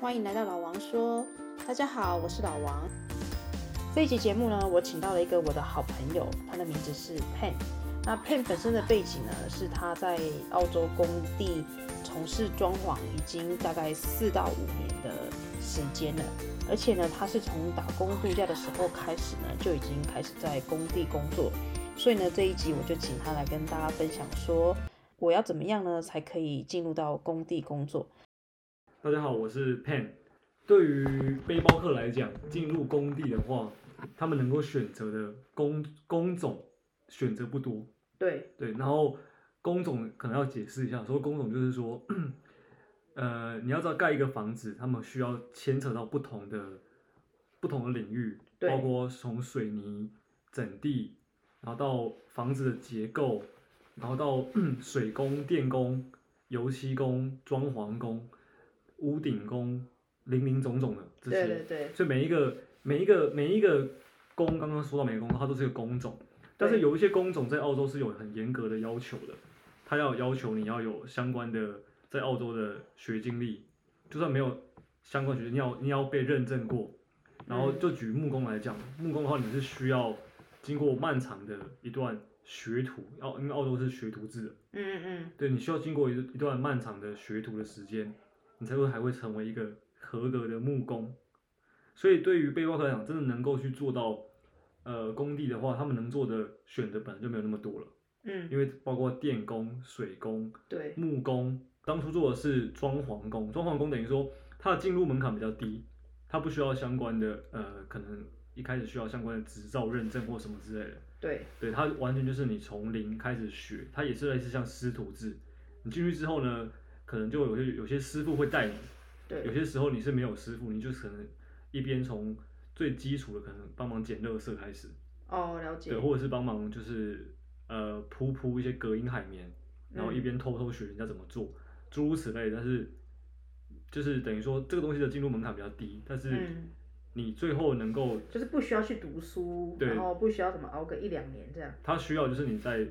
欢迎来到老王说。大家好，我是老王。这一集节目呢，我请到了一个我的好朋友，他的名字是 Pen。那 Pen 本身的背景呢，是他在澳洲工地从事装潢已经大概四到五年的时间了，而且呢，他是从打工度假的时候开始呢，就已经开始在工地工作。所以呢，这一集我就请他来跟大家分享说，我要怎么样呢，才可以进入到工地工作。大家好，我是 Pan。对于背包客来讲，进入工地的话，他们能够选择的工工种选择不多。对，对，然后工种可能要解释一下，说工种就是说，呃，你要知道盖一个房子，他们需要牵扯到不同的不同的领域，对包括从水泥、整地，然后到房子的结构，然后到 水工、电工、油漆工、装潢工、屋顶工，零零总总的这些。对，所以每一个每一个每一个工，刚刚说到每个工，它都是一个工种，但是有一些工种在澳洲是有很严格的要求的，它要要求你要有相关的在澳洲的学经历，就算没有相关学历，你要你要被认证过。然后就举木工来讲，木工的话你是需要经过漫长的一段学徒，澳因为澳洲是学徒制的，嗯嗯对你需要经过一一段漫长的学徒的时间，你才会还会成为一个合格的木工。所以对于背包客来讲，真的能够去做到，呃，工地的话，他们能做的选择本来就没有那么多了，嗯嗯，因为包括电工、水工、对，木工，当初做的是装潢工，装潢工等于说它的进入门槛比较低，它不需要相关的呃，可能一开始需要相关的执照认证或什么之类的，对，对，它完全就是你从零开始学，它也是类似像师徒制。你进去之后呢，可能就有些有些师傅会带你，有对，些时候你是没有师傅，你就可能一边从最基础的可能帮忙捡垃圾开始，哦，了解对，，或者是帮忙就是呃铺铺一些隔音海绵，嗯然后一边偷偷学人家怎么做，诸如此类。但是就是等于说这个东西的进入门槛比较低，但是嗯，你最后能够就是不需要去读书，对然后不需要怎么熬个一两年这样。它需要就是你在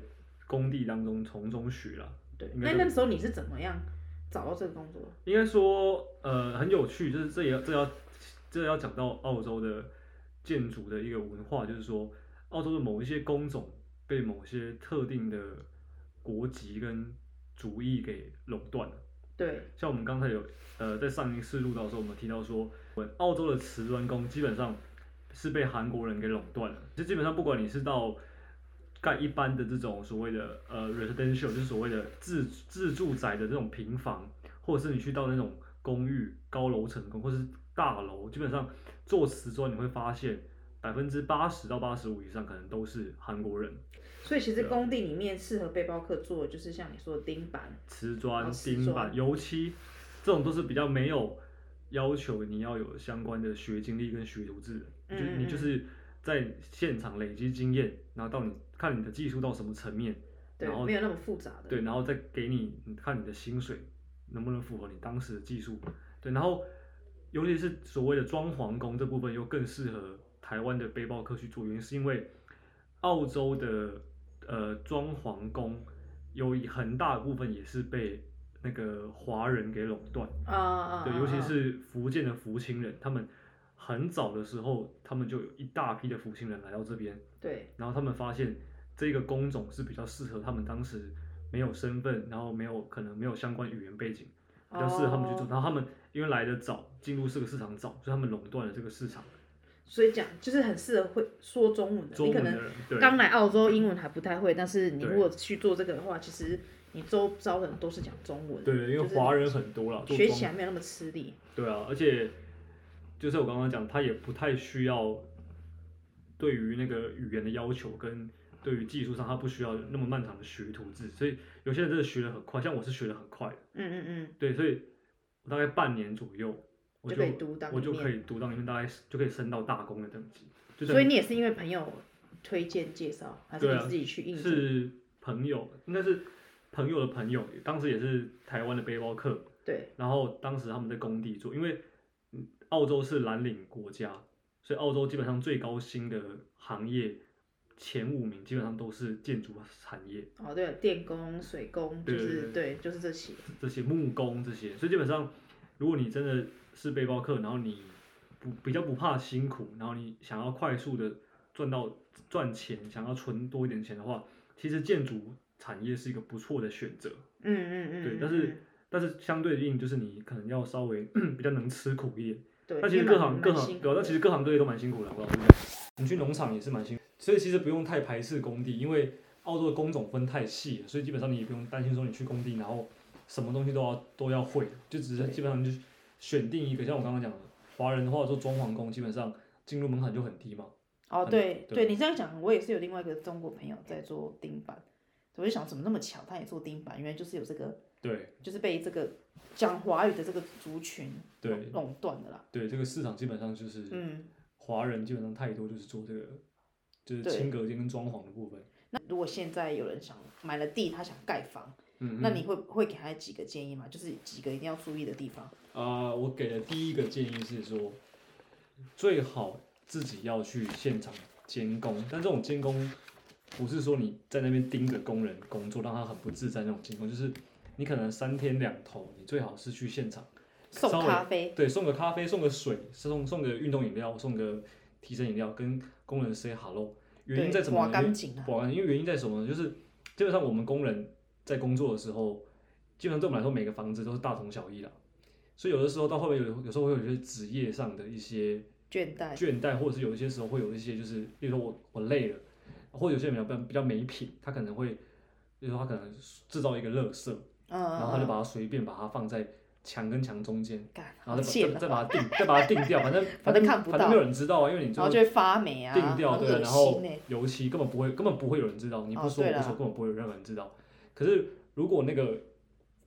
工地当中从中学啦。对，应那该那就时候你是怎么样找到这个工作？应该说，呃，很有趣，就是这也要这要这要讲到澳洲的建筑的一个文化，就是说，澳洲的某一些工种被某些特定的国籍跟族裔给垄断了。对，像我们刚才有呃在上一次录到的时候，我们提到说，我们澳洲的瓷砖工基本上是被韩国人给垄断了。就基本上不管你是到盖一般的这种所谓的呃 residential，就是所谓的自自住宅的这种平房，或者是你去到那种公寓、高楼层公，或是大楼，基本上做瓷砖你会发现百分之八十到八十五以上可能都是韩国人，所以其实对啊工地里面适合背包客做的就是像你说的钉板，瓷哦砖、瓷钉砖板、油漆，这种都是比较没有要求你要有相关的学经历跟学徒制的，你就嗯嗯你就是在现场累积经验，然后到你看你的技术到什么层面，对然，后没有那么复杂的。对，然后再给你你看你的薪水能不能符合你当时的技术，对，然后尤其是所谓的装潢工这部分又更适合台湾的背包客去做，原因是因为澳洲的呃装潢工有一很大部分也是被那个华人给垄断，啊啊，啊对，尤其啊是福建的福清人，他们很早的时候他们就有一大批的福清人来到这边，对然后他们发现这个工种是比较适合他们当时没有身份，然后没有可能没有相关语言背景，比较适合他们去做。哦然后他们因为来的早，进入这个市场早，所以他们垄断了这个市场。所以讲就是很适合会说中文的，中你可文的能人对刚来澳洲英文还不太会，但是你对如果去做这个的话，其实你周遭的人都是讲中文，对，因为就是华人很多啦，做学装起来没有那么吃力。对啊，而且就是我刚刚讲，他也不太需要对于那个语言的要求跟。对于技术上，他不需要那么漫长的学徒制，所以有些人真的学得很快，像我是学得很快的，嗯嗯嗯，对，所以我大概半年左右，我就就可以读到我里就面可以读到里面，大概就可以升到大工的等级。就所以等于你也是因为朋友推荐介绍，还是对你啊自己去应征？是朋友，应该是朋友的朋友，当时也是台湾的背包客，对然后当时他们在工地做，因为嗯澳洲是蓝领国家，所以澳洲基本上最高薪的行业前五名基本上都是建筑产业。哦对了，电工、水工，就对对是对对，就是这些。这些木工这些，所以基本上如果你真的是背包客，然后你不比较不怕辛苦，然后你想要快速的赚到赚钱，想要存多一点钱的话，其实建筑产业是一个不错的选择。嗯嗯嗯，对嗯嗯但是但是相对应就是你可能要稍微 比较能吃苦一点。对，那其实因为各蛮行各蛮行辛对、啊，苦那的其实各行各业都蛮辛苦的，我老实讲，你去农场也是蛮辛苦，所以其实不用太排斥工地，因为澳洲的工种分太细了，所以基本上你也不用担心说你去工地然后什么东西都要都要会，就只是对基本上你就选定一个，像我刚刚讲的，华人的话做装潢工基本上进入门槛就很低嘛，哦，很对对你这样讲，我也是有另外一个中国朋友在做钉板，我就想怎么那么巧，他也做钉板，原来就是有这个，对就是被这个讲华语的这个族群对垄断的啦。对，这个市场基本上就是嗯，华人基本上太多就是做这个就是对轻隔间跟装潢的部分，那如果现在有人想买了地，他想盖房，嗯，那嗯你会会给他几个建议吗？就是几个一定要注意的地方。啊、我给的第一个建议是说，最好自己要去现场监工，但这种监工不是说你在那边盯着工人工作，让他很不自在那种监工，就是你可能三天两头，你最好是去现场，送稍微咖啡，对，送个咖啡，送个水，送送个运动饮料，送个提神饮料，跟工人 say hello。原因在对，什么刮呢？干净啊，不安，因为原因在什么呢？就是基本上我们工人在工作的时候，基本上对我们来说，每个房子都是大同小异啦。所以有的时候到后面有有时候会有一些职业上的一些倦怠，倦怠，或者是有一些时候会有一些就是，例如说我我累了，或者有些人比较比较没品，他可能会，例如说他可能制造一个垃圾，嗯，然后他就嗯把它随便把它放在墙跟墙中间，嗯干，然好后再贱把啊再把它定再把它定掉，反正 反正看不反正到没有人知道啊，因为你最然后后就会发霉啊，定掉很对，恶然后心欸油漆根本不会，根本不会有人知道，你不哦说我对不啦说，根本不会有任何人知道。可是如果那个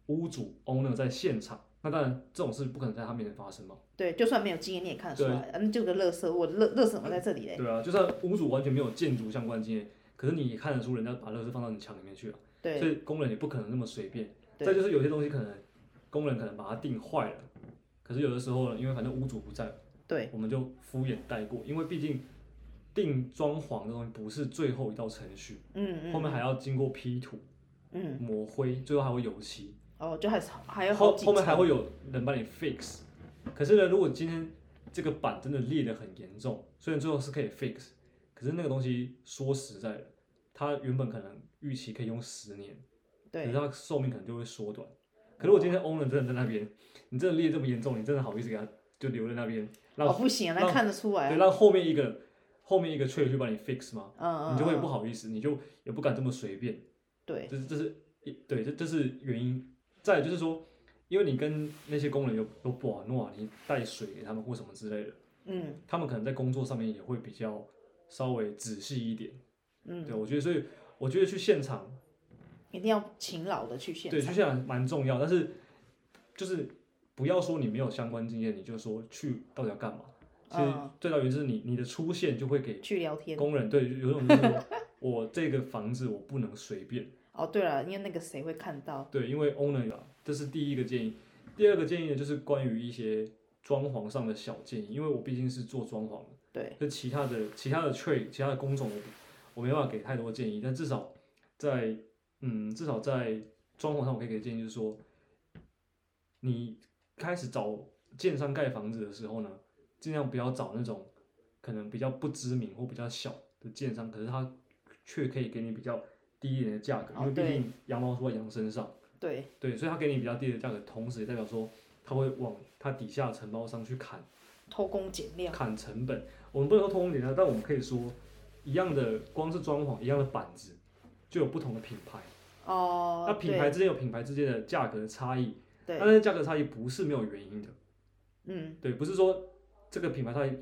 屋主 owner 在现场，那当然这种事不可能在他面前发生嘛。对，就算没有经验你也看得出来，嗯，就个垃圾，我垃垃圾怎么在这里嘞？对啊，就算屋主完全没有建筑相关经验，可是你也看得出人家把垃圾放到你墙里面去了，所对以工人也不可能那么随便。对再就是有些东西可能工人可能把它定坏了，可是有的时候呢，因为反正屋主不在，对我们就敷衍带过，因为毕竟定装潢这东西不是最后一道程序。嗯嗯，后面还要经过 P 图、嗯抹灰，最后还会油漆，哦，就还是还有好后几后面层还会有人帮你 fix。可是呢，如果今天这个板真的裂得很严重，虽然最后是可以 fix，可是那个东西说实在的，它原本可能预期可以用十年，可是对它寿命可能就会缩短。可是我今天 owner 真的在那边，你真的裂这么严重，你真的好意思给他就留在那边，让、哦不行啊，那让看得出来对啊，让后面一个后面一个确去帮你 fix 吗？嗯嗯，你就会嗯不好意思，你就也不敢这么随便。对这是这是一对，这这是原因。再来就是说，因为你跟那些工人有有把诺，你带水给他们或什么之类的，嗯他们可能在工作上面也会比较稍微仔细一点。对，嗯，我觉得，所以我觉得去现场，一定要勤劳的去现对，去场，现场蛮重要。但是就是不要说你没有相关经验，你就说去到底要干嘛。其实嗯最大原因是你你的出现就会给去聊天。工人对有种就是说 我这个房子我不能随便。哦，对了，因为那个谁会看到，对，因为 owner 啊，这是第一个建议。第二个建议呢，就是关于一些装潢上的小建议，因为我毕竟是做装潢的，对就其他的其他的 trade 其他的工种我不，我没办法给太多建议，但至少在嗯，至少在装潢上，我可以给建议就是说，你开始找建商盖房子的时候呢，尽量不要找那种可能比较不知名或比较小的建商，可是他却可以给你比较低一点的价格，哦因为毕对竟羊毛出在羊身上，对对，所以他给你比较低的价格，同时也代表说他会往他底下的承包商去砍偷工减料，砍成本。我们不能说偷工减料，但我们可以说一样的，光是装潢一样的板子，就有不同的品牌。哦，那品对牌之间有品牌之间的价格差异，但对，是价格差异不是没有原因的，嗯，对，不是说这个品牌差异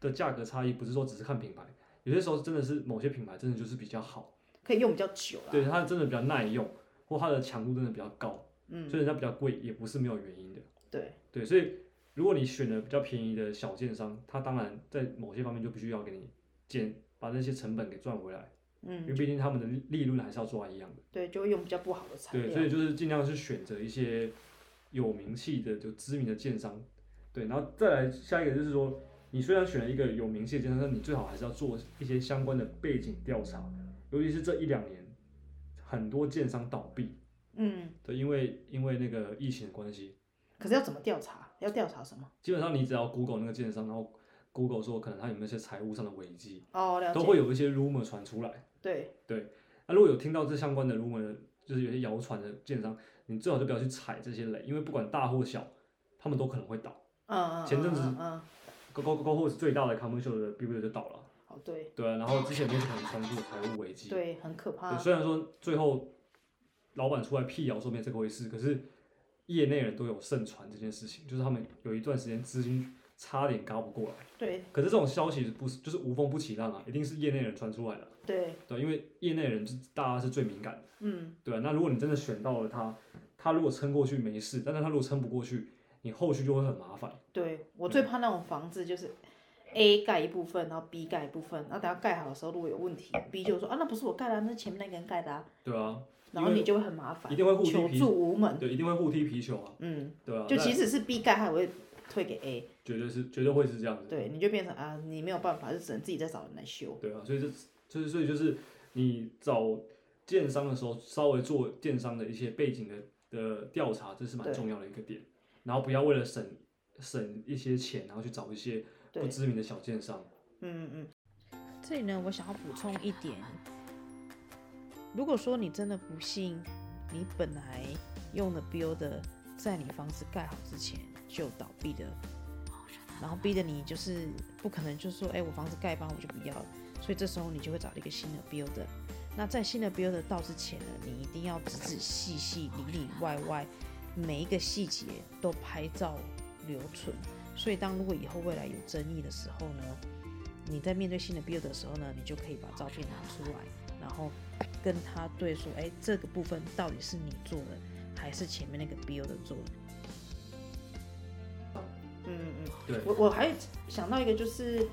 的价格差异不是说只是看品牌，有些时候真的是某些品牌真的就是比较好，可以用比较久啦，对，它真的比较耐用，或它的强度真的比较高，所嗯，以人家比较贵也不是没有原因的，对对，所以如果你选了比较便宜的小建商，它当然在某些方面就必须要给你减，把那些成本给赚回来，因为嗯，毕竟他们的利利润还是要抓一样的。对，就会用比较不好的材对，所以料，就是尽量去选择一些有名气的、就知名的建商。对，然后再来下一个就是说，你虽然选了一个有名气的建商，但你最好还是要做一些相关的背景调查，尤其是这一两年，很多建商倒闭，嗯，对，因为因为那个疫情的关系，可是要怎么调查？要调查什么？基本上你只要 Google 那个建商，然后 Google 说可能它有那些财务上的危机，哦，了解。都会有一些 rumor 传出来。对，那、如果有听到这相关的 rumor，的就是有些谣传的建商，你最好就不要去踩这些雷，因为不管大或小，他们都可能会倒。嗯嗯。前阵子嗯嗯，嗯 Go Go Go Go 是最大的 commercial 的 b i l l 就倒了，哦对对啊，然后之前也可能传出财务危机，对，啊很可对怕。虽然说最后老板出来辟谣说没这个回事，可是业内人都有盛传这件事情，就是他们有一段时间资金差点嘎不过来。对可是这种消息不是就是无风不起浪啊，一定是业内人传出来的，对，对，因为业内人是大家是最敏感的，嗯，对啊。那如果你真的选到了他，他如果撑过去没事，但是他如果撑不过去，你后续就会很麻烦。对我最怕那种房子就是 A 盖一部分，然后 B 盖一部分，然后等下盖好的时候如果有问题，B 就说啊那不是我盖的、啊，那是前面那个人盖的啊，对啊，然后因为你就会很麻烦一，定会互踢求皮，助无门。对，一定会互踢皮球啊，嗯，对啊，就那即使是 B 盖，他也会推给 A，绝对是绝对会是这样子，对，你就变成啊你没有办法，就只能自己再找人来修。对啊，所以这就是所以就是你找建商的时候，稍微做建商的一些背景的的调查，这是蛮对重要的一个点。然后不要为了省省一些钱，然后去找一些不对知名的小建商。嗯嗯。这里呢，我想要补充一点，如果说你真的不幸，你本来用的 build 在你房子盖好之前就倒闭的，然后逼得你就是不可能就说，哎、我房子盖一半我就不要了，所以这时候你就会找一个新的 build。那在新的 build 到之前呢，你一定要仔仔细细、里里外外每一个细节都拍照留存。所以，当如果以后未来有争议的时候呢，你在面对新的 build 的时候呢，你就可以把照片拿出来，然后跟他对说，哎，这个部分到底是你做的，还是前面那个 build 做的？嗯嗯，对我我还想到一个，就是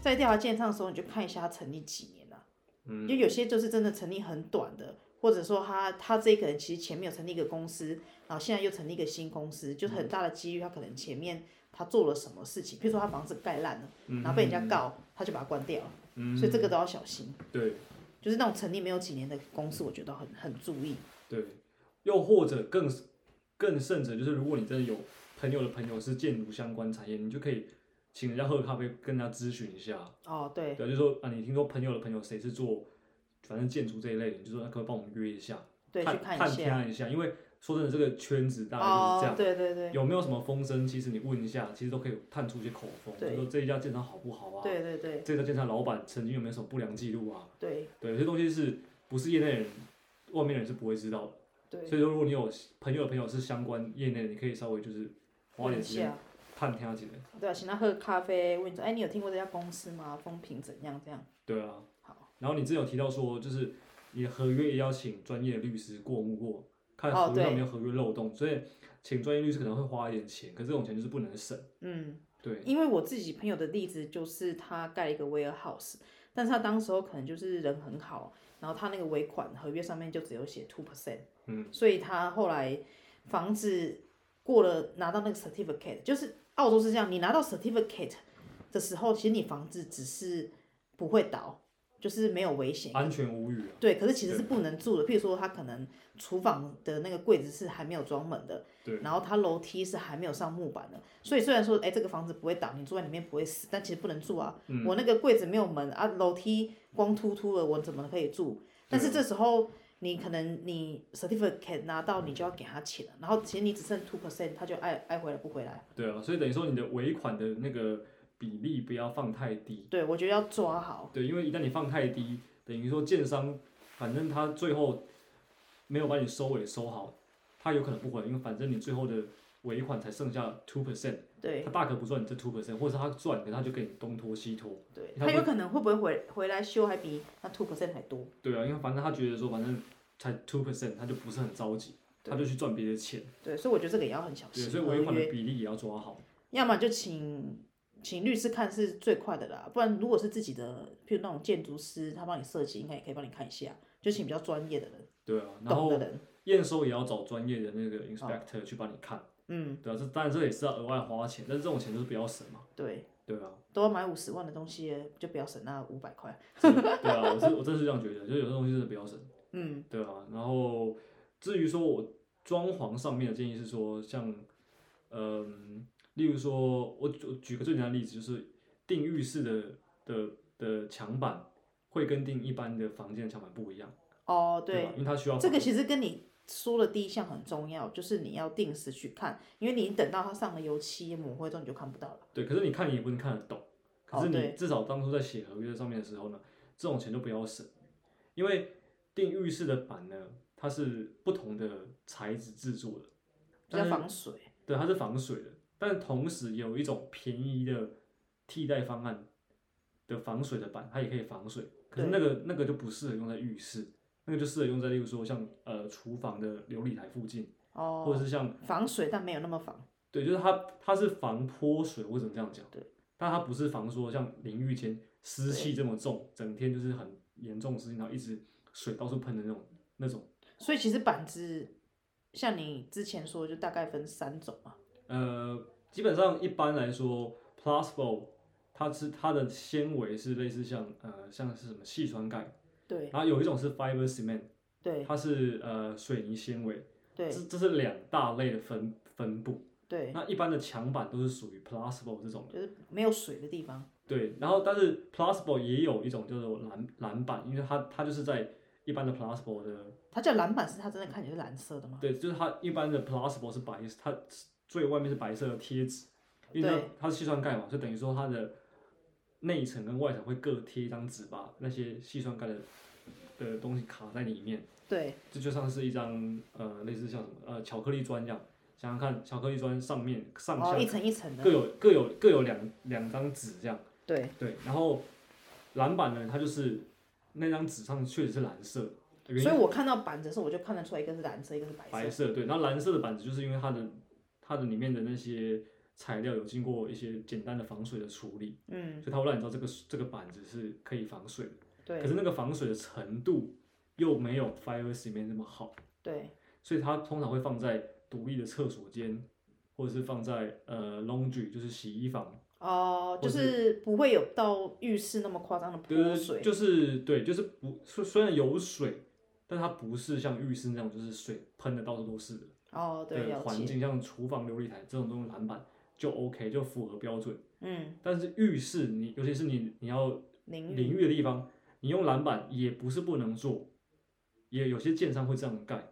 在调查建上的时候，你就看一下它成立几年啊，嗯因为有些就是真的成立很短的，或者说他他这个人其实前面有成立一个公司，然后现在又成立一个新公司，就是很大的几率他可能前面他做了什么事情，譬如说他房子盖烂了，然后被人家告，他就把它关掉了，嗯，所以这个都要小心。对就是那种成立没有几年的公司，我觉得很很注意。对，又或者更更甚者，就是如果你真的有朋友的朋友是建筑相关产业，你就可以请人家喝咖啡，跟人家咨询一下。哦，对，对啊，就说啊，你听说朋友的朋友谁是做反正建筑这一类的，你就说那可不可以帮我们约一下，对，去探看探一下。听一下，因为说真的，这个圈子大概就是这哦样，，对对对，有没有什么风声，其实你问一下，其实都可以探出一些口风，就对说这一家建商好不好啊，对对对这家建商老板曾经有没有什么不良记录啊，对对，有些东西是不是业内人，外面人是不会知道的，所对，以说如果你有朋友的朋友是相关业内的，你可以稍微就是花问点一时间下，探听几个，对啊，请他喝个咖啡，问你说，哎，你有听过这家公司吗？风评怎样？这样，对啊，好，然后你之前有提到说，就是你的合约也要请专业的律师过目过，看哦合约对上没有合约漏洞，所以请专业律师可能会花一点钱，可是这种钱就是不能省。嗯，对，因为我自己朋友的例子就是他盖一个 warehouse，但是他当时候可能就是人很好，然后他那个尾款合约上面就只有写 two percent，嗯，所以他后来房子过了拿到那个 certificate，就是澳洲是这样，你拿到 certificate 的时候，其实你房子只是不会倒，就是没有危险。安全无语啊。对，可是其实是不能住的。譬如说，他可能厨房的那个柜子是还没有装门的，对然后他楼梯是还没有上木板的。所以虽然说，哎，这个房子不会倒，你住在里面不会死，但其实不能住啊。嗯我那个柜子没有门啊，楼梯光秃秃的，我怎么可以住？但是对这时候你可能你 certificate 拿到，你就要给他钱了。然后其实你只剩 two percent，他就爱爱回来不回来。对啊，所以等于说你的尾款的那个比例不要放太低。对，我觉得要抓好。对，因为一旦你放太低，等于说建商反正他最后没有把你收尾收好，他有可能不回来，因为反正你最后的尾款才剩下 two percent，对他大可不赚你这 two percent，或者是他赚，可是他就给你东拖西拖。对，他他会有可能会不会回回来修还比那 two percent 还多？对啊，因为反正他觉得说，反正才 two percent，他就不是很着急，对他就去赚别的钱。对，所以我觉得这个也要很小对，心。所以合尾款的约比例也要抓好。要么就请请律师看是最快的啦，不然如果是自己的，譬如那种建筑师，他帮你设计，应该也可以帮你看一下，就请比较专业的人，对啊，然懂的哦后人。验收也要找专业的那个 inspector 去帮你看。嗯，对啊，这当然这也是要额外花钱，但是这种钱就是不要省嘛。对，对啊，都要买五十万的东西，就不要省那五百块。对啊，我是我真的是这样觉得，就有些东西真的不要省。嗯，对啊，然后至于说我装潢上面的建议是说，像嗯，例如说，我举我举个最简单的例子，就是定浴室的的的墙板会跟定一般的房间的墙板不一样，哦，对吧？因为它需要这个防其实跟你说的第一项很重要，就是你要定时去看，因为你等到它上了油漆抹灰之后你就看不到了。对，可是你看你也不能看得懂。可是哦对你至少当初在写合约上面的时候呢，这种钱就不要省，因为定浴室的板呢，它是不同的材质制作的，比较但是防水，对，它是防水的，但同时有一种便宜的替代方案的防水的板，它也可以防水，可是对那个那个就不适合用在浴室，那个就适合用在例如说像呃厨房的琉璃台附近，哦，或者是像防水但没有那么防，对，就是它它是防泼水，为什么这样讲？对，但它不是防说像淋浴间湿气这么重，整天就是很严重的湿气，然后一直水到处喷的那种那种。所以其实板子像你之前说，就大概分三种嘛。呃，基本上一般来说 p l a s t b o 它是它的纤维是类似像呃像是什么细栓盖，对然后有一种是 fiber cement，对它是呃水泥纤维，对这这是两大类的分分布。对，那一般的墙板都是属于 p l a s t b o 这种的。就是没有水的地方。对，然后但是 Plasbo 也有一种叫做蓝蓝板，因为它它就是在一般的 Plasbo 的，它叫蓝板，是它真的看起来是蓝色的吗？对，就是它一般的 Plasbo 是白，它最外面是白色的贴纸，因为对它它是细酸钙嘛，就等于说它的内层跟外层会各贴一张纸，把那些细酸钙的的东西卡在里面，对这就像是一张呃类似像什么呃巧克力砖一样，想想看，巧克力砖上面上下哦，一层一层各的。有各有各有两两张纸这样。对对，然后篮板呢，它就是那张纸上确实是蓝色，原因所以我看到板子的时候，我就看得出来，一个是蓝色，一个是白白色。色对，然后蓝色的板子就是因为它的它的里面的那些材料有经过一些简单的防水的处理，嗯，所以它会让你知道这个这个板子是可以防水的，可对是那个防水的程度又没有 Fire Cement 那么好，对所以它通常会放在独立的厕所间，或者是放在呃 laundry 就是洗衣房哦，就或是不会有到浴室那么夸张的对泼对，水。就是对，就是不虽虽然有水，但它不是像浴室那种就是水喷的到处都是的。哦，对，的了环解。境像厨房琉璃台这种东西篮板就 OK，就符合标准。嗯，但是浴室你尤其是你你要淋淋浴的地方，你用篮板也不是不能做，也有些建商会这样盖，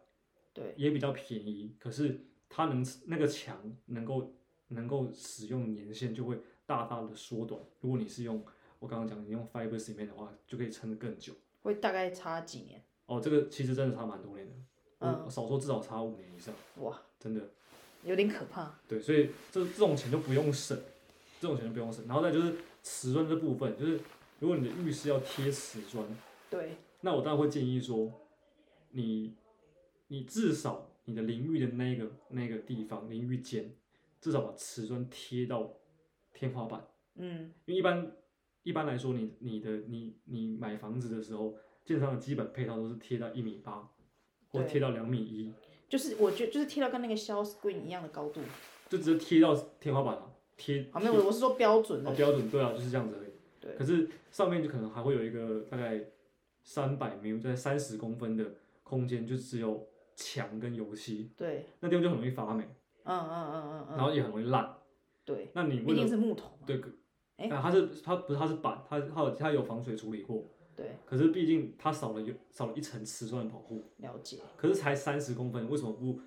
对也比较便宜。可是它能那个墙能够能够使用年限就会大大的缩短。如果你是用我刚刚讲你用 fiber cement 的话，就可以撑得更久。会大概差几年？哦，这个其实真的差蛮多年的，嗯我少说至少差五年以上，哇，真的。有点可怕。对，所以这这种钱就不用省，这种钱就不用省。然后再就是瓷砖这部分，就是如果你的浴室要贴瓷砖，对那我当然会建议说，你你至少你的淋浴的那个那个地方淋浴间，至少把瓷砖贴到天花板，嗯，因为一般一般来说你，你的你你买房子的时候，建商的基本配套都是贴到一米八，或对贴到两米一，就是我觉得就是贴到跟那个 shell screen 一样的高度。就直接贴到天花板了，贴啊，没有，我我是说标准哦的。标准对啊，就是这样子而已。对可是上面就可能还会有一个大概三百米，在三十公分的空间，就只有墙跟油漆，对，那地方就很容易发霉，嗯嗯嗯嗯嗯。然后也很容易烂。对，那你一为定了是木头嘛。对，哎啊，它是它不是它是板，它它有它有防水处理过，对，可是毕竟它少了有少了一层瓷砖的保护。了解。可是才三十公分，为什么不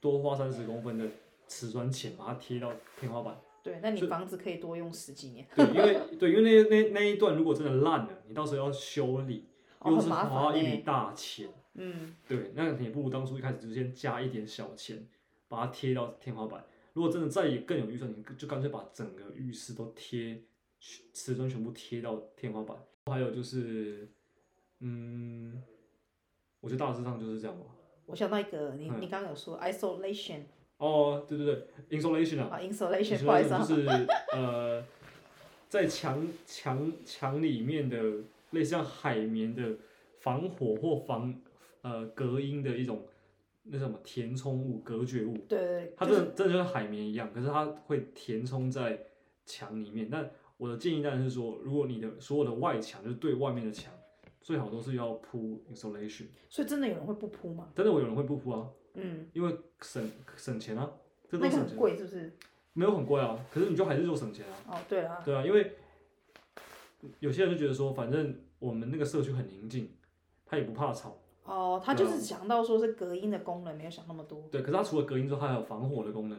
多花三十公分的瓷砖钱把它贴到天花板？对，那你是房子可以多用十几年，对，因为对，因为那那那一段如果真的烂了，你到时候要修理， 哦，又很是麻花烦一笔呢。大钱。嗯，对，那你不如当初一开始就先加一点小钱，把它贴到天花板。如果真的再有更有预算，你就干脆把整个浴室都贴瓷砖全部贴到天花板。还有就是，嗯，我觉得大致上就是这样吧。我想到一个，你嗯你刚刚有说 isolation 哦，对对对，insulation 啊，啊，insulation，你不好意说思那啊种就。是呃，在墙墙墙里面的类似像海绵的防火或防呃隔音的一种那什么填充物、隔绝物，对对它对，真就的、是真的就像海绵一样，可是它会填充在墙里面。但我的建议当然是说，如果你的所有的外墙就是对外面的墙，最好都是要铺 insulation。所以真的有人会不铺吗？但是我有人会不铺啊，嗯，因为省省钱啊。这都那个省很钱，贵是不是？没有很贵啊，可是你就还是做省钱啊。哦，对了，对啊，因为有些人就觉得说，反正我们那个社区很宁静，他也不怕吵。哦，他就对啊是想到说是隔音的功能，没有想那么多。对，可是它除了隔音之后，它还有防火的功能。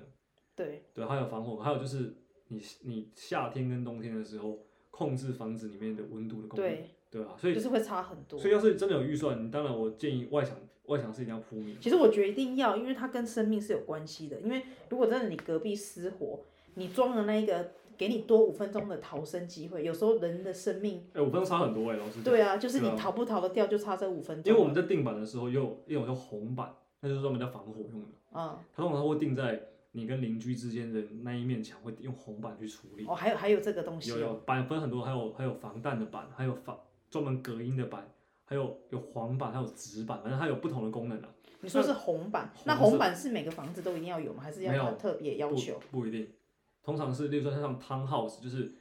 对，对，还有防火，还有就是你你夏天跟冬天的时候，控制房子里面的温度的功能。对，对啊，所以就是会差很多所。以要是真的有预算，你当然我建议外墙外墙是一定要铺棉。其实我觉得一定要，因为它跟生命是有关系的。因为如果真的你隔壁失火，你装了那一个，给你多五分钟的逃生机会，有时候人的生命，哎、我分差很多哎、老师。对啊，就是对啊你逃不逃得掉，就差这五分钟。因为我们在定板的时候，有一种叫红板，那就是专门叫防火用的。啊，它通常会定在你跟邻居之间的那一面墙，会用红板去处理。哦，还有还有这个东西有哦，有板分很多，还有还有防弹的板，还有防专门隔音的板，还有有黄板，还有直板，反正它有不同的功能啊。你说是红板，红那色红板是每个房子都一定要有吗？还是要没有它特别要求？不不一定，通常是例如说像 townhouse，就是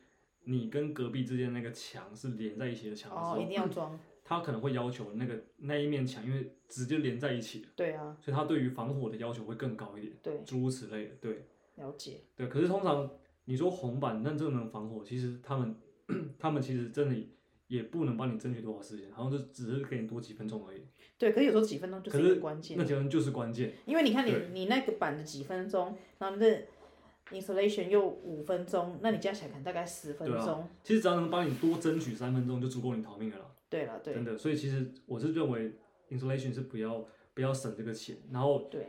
你跟隔壁之间那个墙是连在一起的墙的时候，哦，一定要装。它可能会要求那个那一面墙，因为直接连在一起了，对啊，所以它对于防火的要求会更高一点，对，诸如此类的。对了解。对，可是通常你说红板，那这个能防火，其实他们 他们其实真的也不能帮你争取多少时间，好像就只是给你多几分钟而已。对，可是有时候几分钟就可是一是个关键那。几分钟就是关键。因为你看你对你那个板的几分钟，然后那 installation 又五分钟，那你加起来可能大概十分对啊钟。其实只要能帮你多争取三分钟，就足够你逃命了啦。对了，对真的，所以其实我是认为 insulation 是不要不要省这个钱，然后对，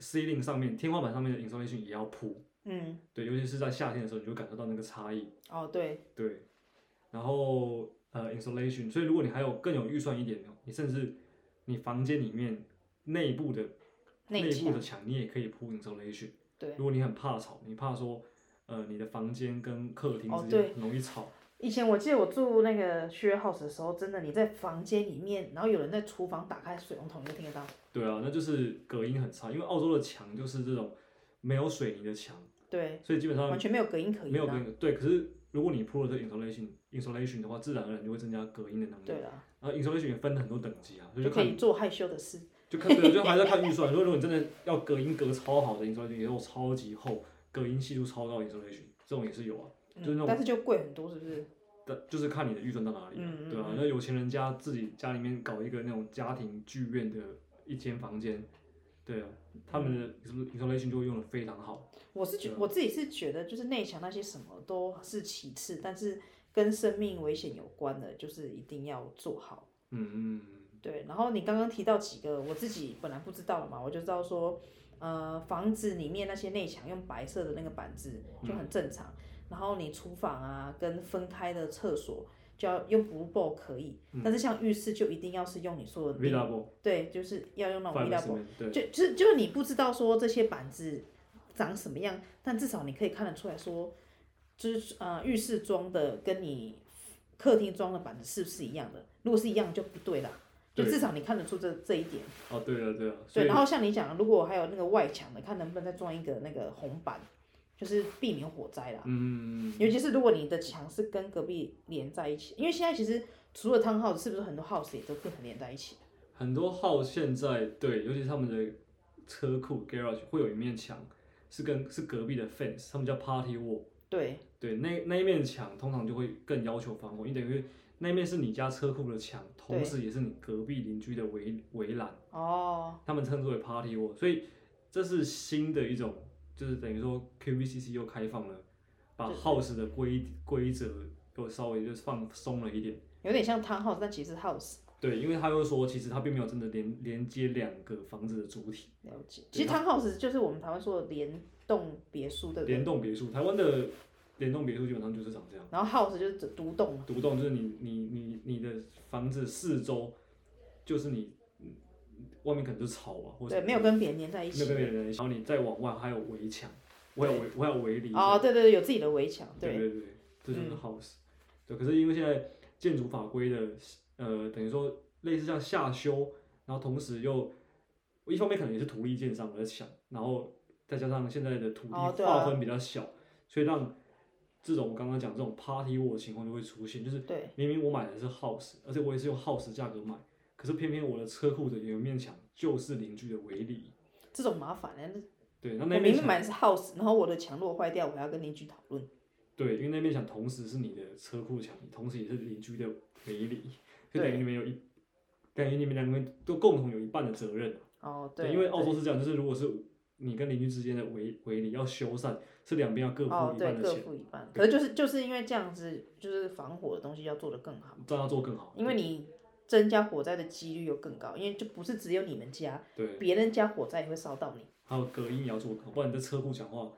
ceiling 上面天花板上面的 insulation 也要铺，嗯，对，尤其是在夏天的时候，你就会感受到那个差异，哦对，对，然后呃 insulation，所以如果你还有更有预算一点的，你甚至你房间里面内部的内部的墙，墙你也可以铺 insulation，对如。果你很怕吵，你怕说呃你的房间跟客厅哦之对间很容易吵，以前我记得我住那个 share house 的时候，真的你在房间里面，然后有人在厨房打开水龙头，你就听得到。对啊，那就是隔音很差，因为澳洲的墙就是这种没有水泥的墙。对，所以基本上完全没有隔音可啊没有言隔啦。音。对，可是如果你铺了这 insulation insulation 的话，自然而然就会增加隔音的能力。对了，然后 insulation 也分很多等级啊，所以就就可看以做害羞的事。就看对，就还是要看预算。如果如果你真的要隔音隔超好的 insulation，也有超级厚、隔音系数超高的 insulation，这种也是有啊。就是那嗯种，啊但是就贵很多，是不是？但就是看你的预算到哪里啊、嗯嗯对啊嗯，那有钱人家自己家里面搞一个那种家庭剧院的一间房间，对啊，他们嗯的 insulation 就会用的非常好。我是觉对啊我自己是觉得，就是内墙那些什么都是其次，但是跟生命危险有关的，就是一定要做好。嗯嗯嗯。对，然后你刚刚提到几个，我自己本来不知道嘛，我就知道说，呃，房子里面那些内墙用白色的那个板子就很正常，然后你厨房啊跟分开的厕所就要用不够可以，但是像浴室就一定要是用你说的那 v i l 个， a b l 对，就是要用那 e 种 five 密 e 拉 m 布， e n 对。就就是就是你不知道说这些板子长什么样，但至少你可以看得出来说，就是呃浴室装的跟你客厅装的板子是不是一样的？如果是一样就不对啦，就对至少你看得出这这一点。哦，对了对了，所对，以然后像你讲，如果还有那个外墙的，看能不能再装一个那个红板，就是避免火灾啦。嗯，尤其是如果你的墙是跟隔壁连在一起，因为现在其实除了 townhouse，是不是很多 house 也都变成连在一起？很多号现在对，尤其是他们的车库 garage 会有一面墙是跟是隔壁的 fence，他们叫 party wall，对，对，那那一面墙通常就会更要求防火，因为等于那一面是你家车库的墙，同对时也是你隔壁邻居的围围栏，哦，他们称之为 party wall，所以这是新的一种，就是等于说 QVCC 又开放了，把对 house 的规规则又稍微就是放松了一点。有点像 townhouse，但其实是 house。对，因为他又说，其实他并没有真的连连接两个房子的主体，了解，其实 townhouse 就是我们台湾说的联动别墅，对不联对？动别墅，台湾的联动别墅基本上就是长这样，然后 house 就是指独栋嘛，独栋就是你你你你的房子四周就是你嗯外面可能就是草啊，或者对，没有跟别人连在一没有起跟。别人，然后你再往外还有围墙，我有围我有围篱，哦，对对对，有自己的围墙，对对，对对，这就是嗯 house。对，可是因为现在建筑法规的，呃，等于说类似像下修，然后同时又一方面可能也是土地建商我在想，然后再加上现在的土地哦对划啊分比较小，所以让这种我刚刚讲这种 party wall 的情况就会出现，就是对明明我买的是 house，而且我也是用 house 的价格买，可是偏偏我的车库的有一面墙就是邻居的围篱，这种麻烦呢，对，那我那明面明墙买的是 house，然后我的墙如果坏掉，我还要跟邻居讨论。对，因为那面墙同时是你的车库墙，同时也是邻居的围篱，就等于对你们有一，等于你们两个人都共同有一半的责任。哦，对，因为澳洲是这样，就是如果是你跟邻居之间的围围篱要修缮，是两边要各付哦，一对，半的各钱，付一半。可对是就是就是因为这样子，就是防火的东西要做得更好，这样要做更好。因为你增加火灾的几率又更高，因为就不是只有你们家，对，别人家火灾也会烧到你。还有隔音也要做更好，不然你在车库讲话，哦，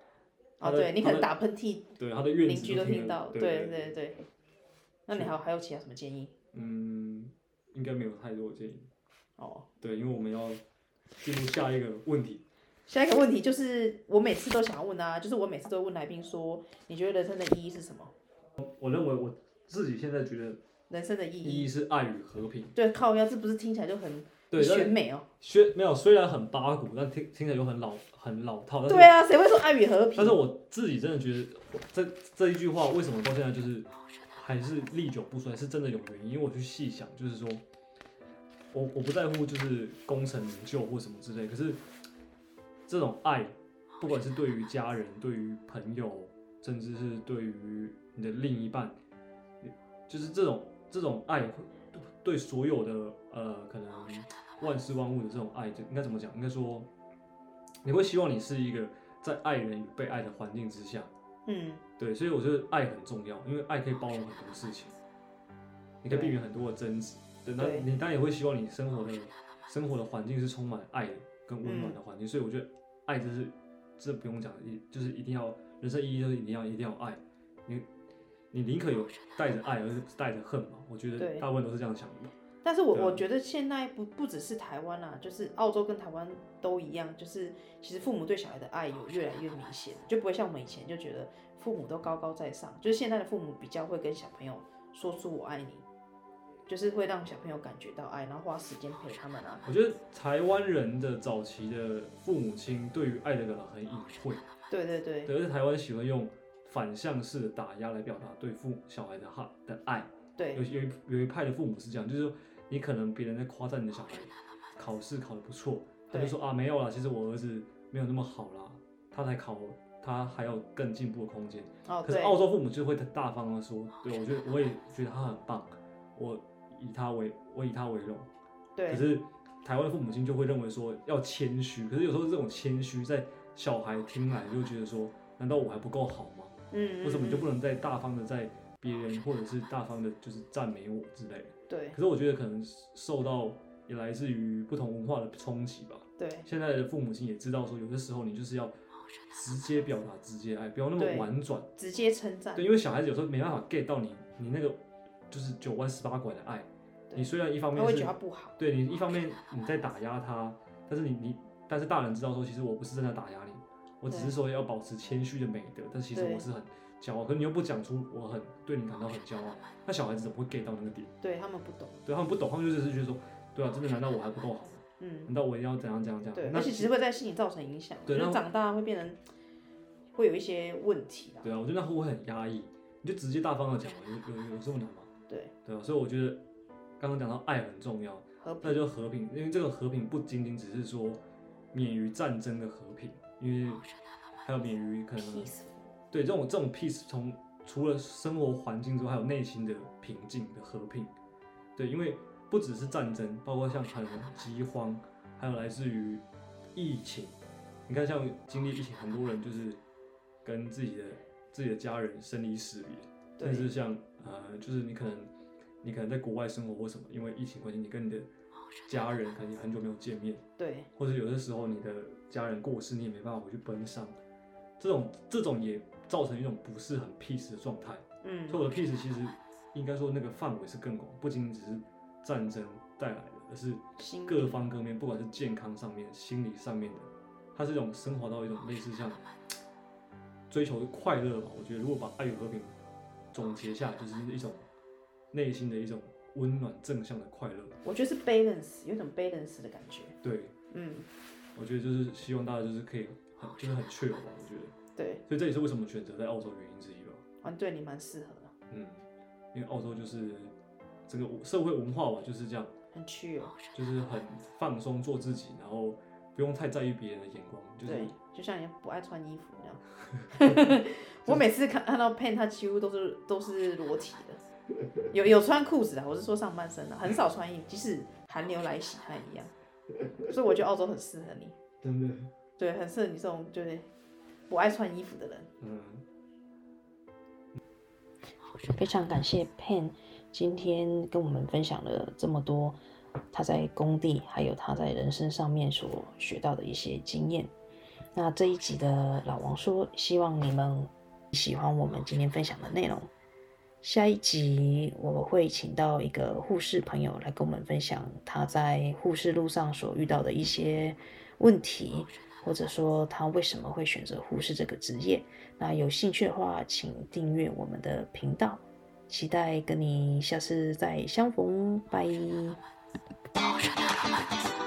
他的对你他可能的打喷嚏，对他的院邻子居都听得到。对对对，对对。那你还有还有其他什么建议？嗯，应该没有太多的建议。哦，对，因为我们要进入下一个问题。下一个问题就是我每次都想要问啊，就是我每次都会问来宾说，你觉得人生的意义是什么？我认为我自己现在觉得人生的意意义？义是爱与和平。对，靠腰，这不是听起来就很对，但选美哦？虽没有虽然很八股，但听听起来就很老很老套。但是对啊，谁会说爱与和平但？是我自己真的觉得这这一句话为什么到现在就是还是历久不衰，是真的有原因。因为我去细想，就是说我我不在乎就是功成名就或什么之类，可是这种爱，不管是对于家人、对于朋友，甚至是对于你的另一半，就是这种这种爱会对所有的呃可能万事万物的这种爱，就应该怎么讲？应该说你会希望你是一个。在爱人与被爱的环境之下，嗯，对，所以我觉得爱很重要，因为爱可以包容很多事哦情，你可以避免很多的争执。对，那啊对你当然也会希望你生活的生活的环境是充满爱跟温暖的环境，所以我觉得爱这是这不用讲，一就是一定要人生意义就是一定要一定要爱，你你宁可有带着爱，而是不是带着恨嘛？我觉得对大部分都是这样想的。但是我、对啊我觉得现在不不只是台湾啦、就是澳洲跟台湾都一样，就是其实父母对小孩的爱哦有越来啊越明显，就不会像我们以前就觉得父母都高高在上，就是现在的父母比较会跟小朋友说出我爱你，就是会让小朋友感觉到爱，然后花时间陪他们啊。我觉得台湾人的早期的父母亲对于爱的表达很隐哦晦，对对对，对，而且台湾喜欢用反向式的打压来表达对父小孩的哈的爱。有对有一有一派的父母是这样，就是说你可能别人在夸赞你的小孩考试考得不错，他就对说啊没有啦，其实我儿子没有那么好啦，他才考他还有更进步的空间。哦可是对哦澳洲父母就会很大方的说，对我觉得我也觉得他很棒，我以他为我以他为荣。可对是台湾父母亲就会认为说要谦虚，可是有时候这种谦虚在小孩听来就觉得说，难道我还不够好吗？嗯，为什么你就嗯不能再大方的在别人或者是大方的就是赞美我之类的？嗯对可是我觉得可能受到也来自于不同文化的冲击吧。对现在的父母亲也知道说，有的时候你就是要直接表达直接爱，不要那么对婉转。直接称赞？对，因为小孩子有时候没办法 get 到你你那个就是九弯十八拐的爱。对你虽然一方他面会是觉得他不好。对你一方面你在打压他，但是你你但是大人知道说，其实我不是真的打压你，我只是说要保持谦虚的美德，但其实对哦我是很骄傲，可你又不讲出我很对你感到很骄傲，那小孩子怎么会 get 到那个点？对他们不懂，对他们不懂，他们就只是觉得说，对啊，真的难道我还不够好吗？嗯，难道我一定要怎样怎样怎对，样？而那且其实会在心里造成影响，对就那是长大会变成会有一些问题啦。对啊，我觉得那会不会很压抑？你就直接大方的讲嘛，有有有这么难吗？对，对啊，所以我觉得刚刚讲到爱很重要，和平那就和平，因为这个和平不仅仅只是说免于战争的和平，因哦为还有免于可能 peace 对这种这种 peace 从除了生活环境之外，还有内心的平静的和平。对，因为不只是战争，包括像可能饥荒，还有来自于疫情。你看，像经历疫情，很多人就是跟自己的自己的家人生离死别。甚至对像呃，就是你可能你可能在国外生活或什么，因为疫情关系，你跟你的家人可能也很久没有见面，对或者有的时候你的家人过世，你也没办法回去奔丧，这种这种也造成一种不是很 peace 的状态。嗯所以我的 peace 其实应该说那个范围是更广，不仅仅只是战争带来的，而是心各方各面，不管是健康上面、心理上面的，它是一种升华到一种类似像追求快乐吧。我觉得如果把爱与和平总结下来，就是一种内心的一种温暖正向的快乐。我觉得是 balance，有种 balance 的感觉。对，嗯，我觉得就是希望大家就是可以很就是很 chill 吧，我觉得。对，所以这也是为什么选择在澳洲原因之一吧。啊，对你蛮适合的，嗯，因为澳洲就是整个社会文化吧就是这样，很 chill。就是很放松做自己，然后不用太在意别人的眼光，就是对，就像你不爱穿衣服 那样。我每次看看到 Pan，他几乎都是都是裸体的，有有穿裤子的，啊我是说上半身的，很少穿衣服，即使寒流来袭，他也一样。所以我觉得澳洲很适合你，真的，对，很适合你这种就是不爱穿衣服的人。嗯，非常感谢 Pan 今天跟我们分享了这么多他在工地还有他在人生上面所学到的一些经验。那这一集的老王说，希望你们喜欢我们今天分享的内容。下一集我会请到一个护士朋友来跟我们分享他在护士路上所遇到的一些问题，或者说他为什么会选择护士这个职业。那有兴趣的话，请订阅我们的频道，期待跟你下次再相逢，拜。 Potion elements.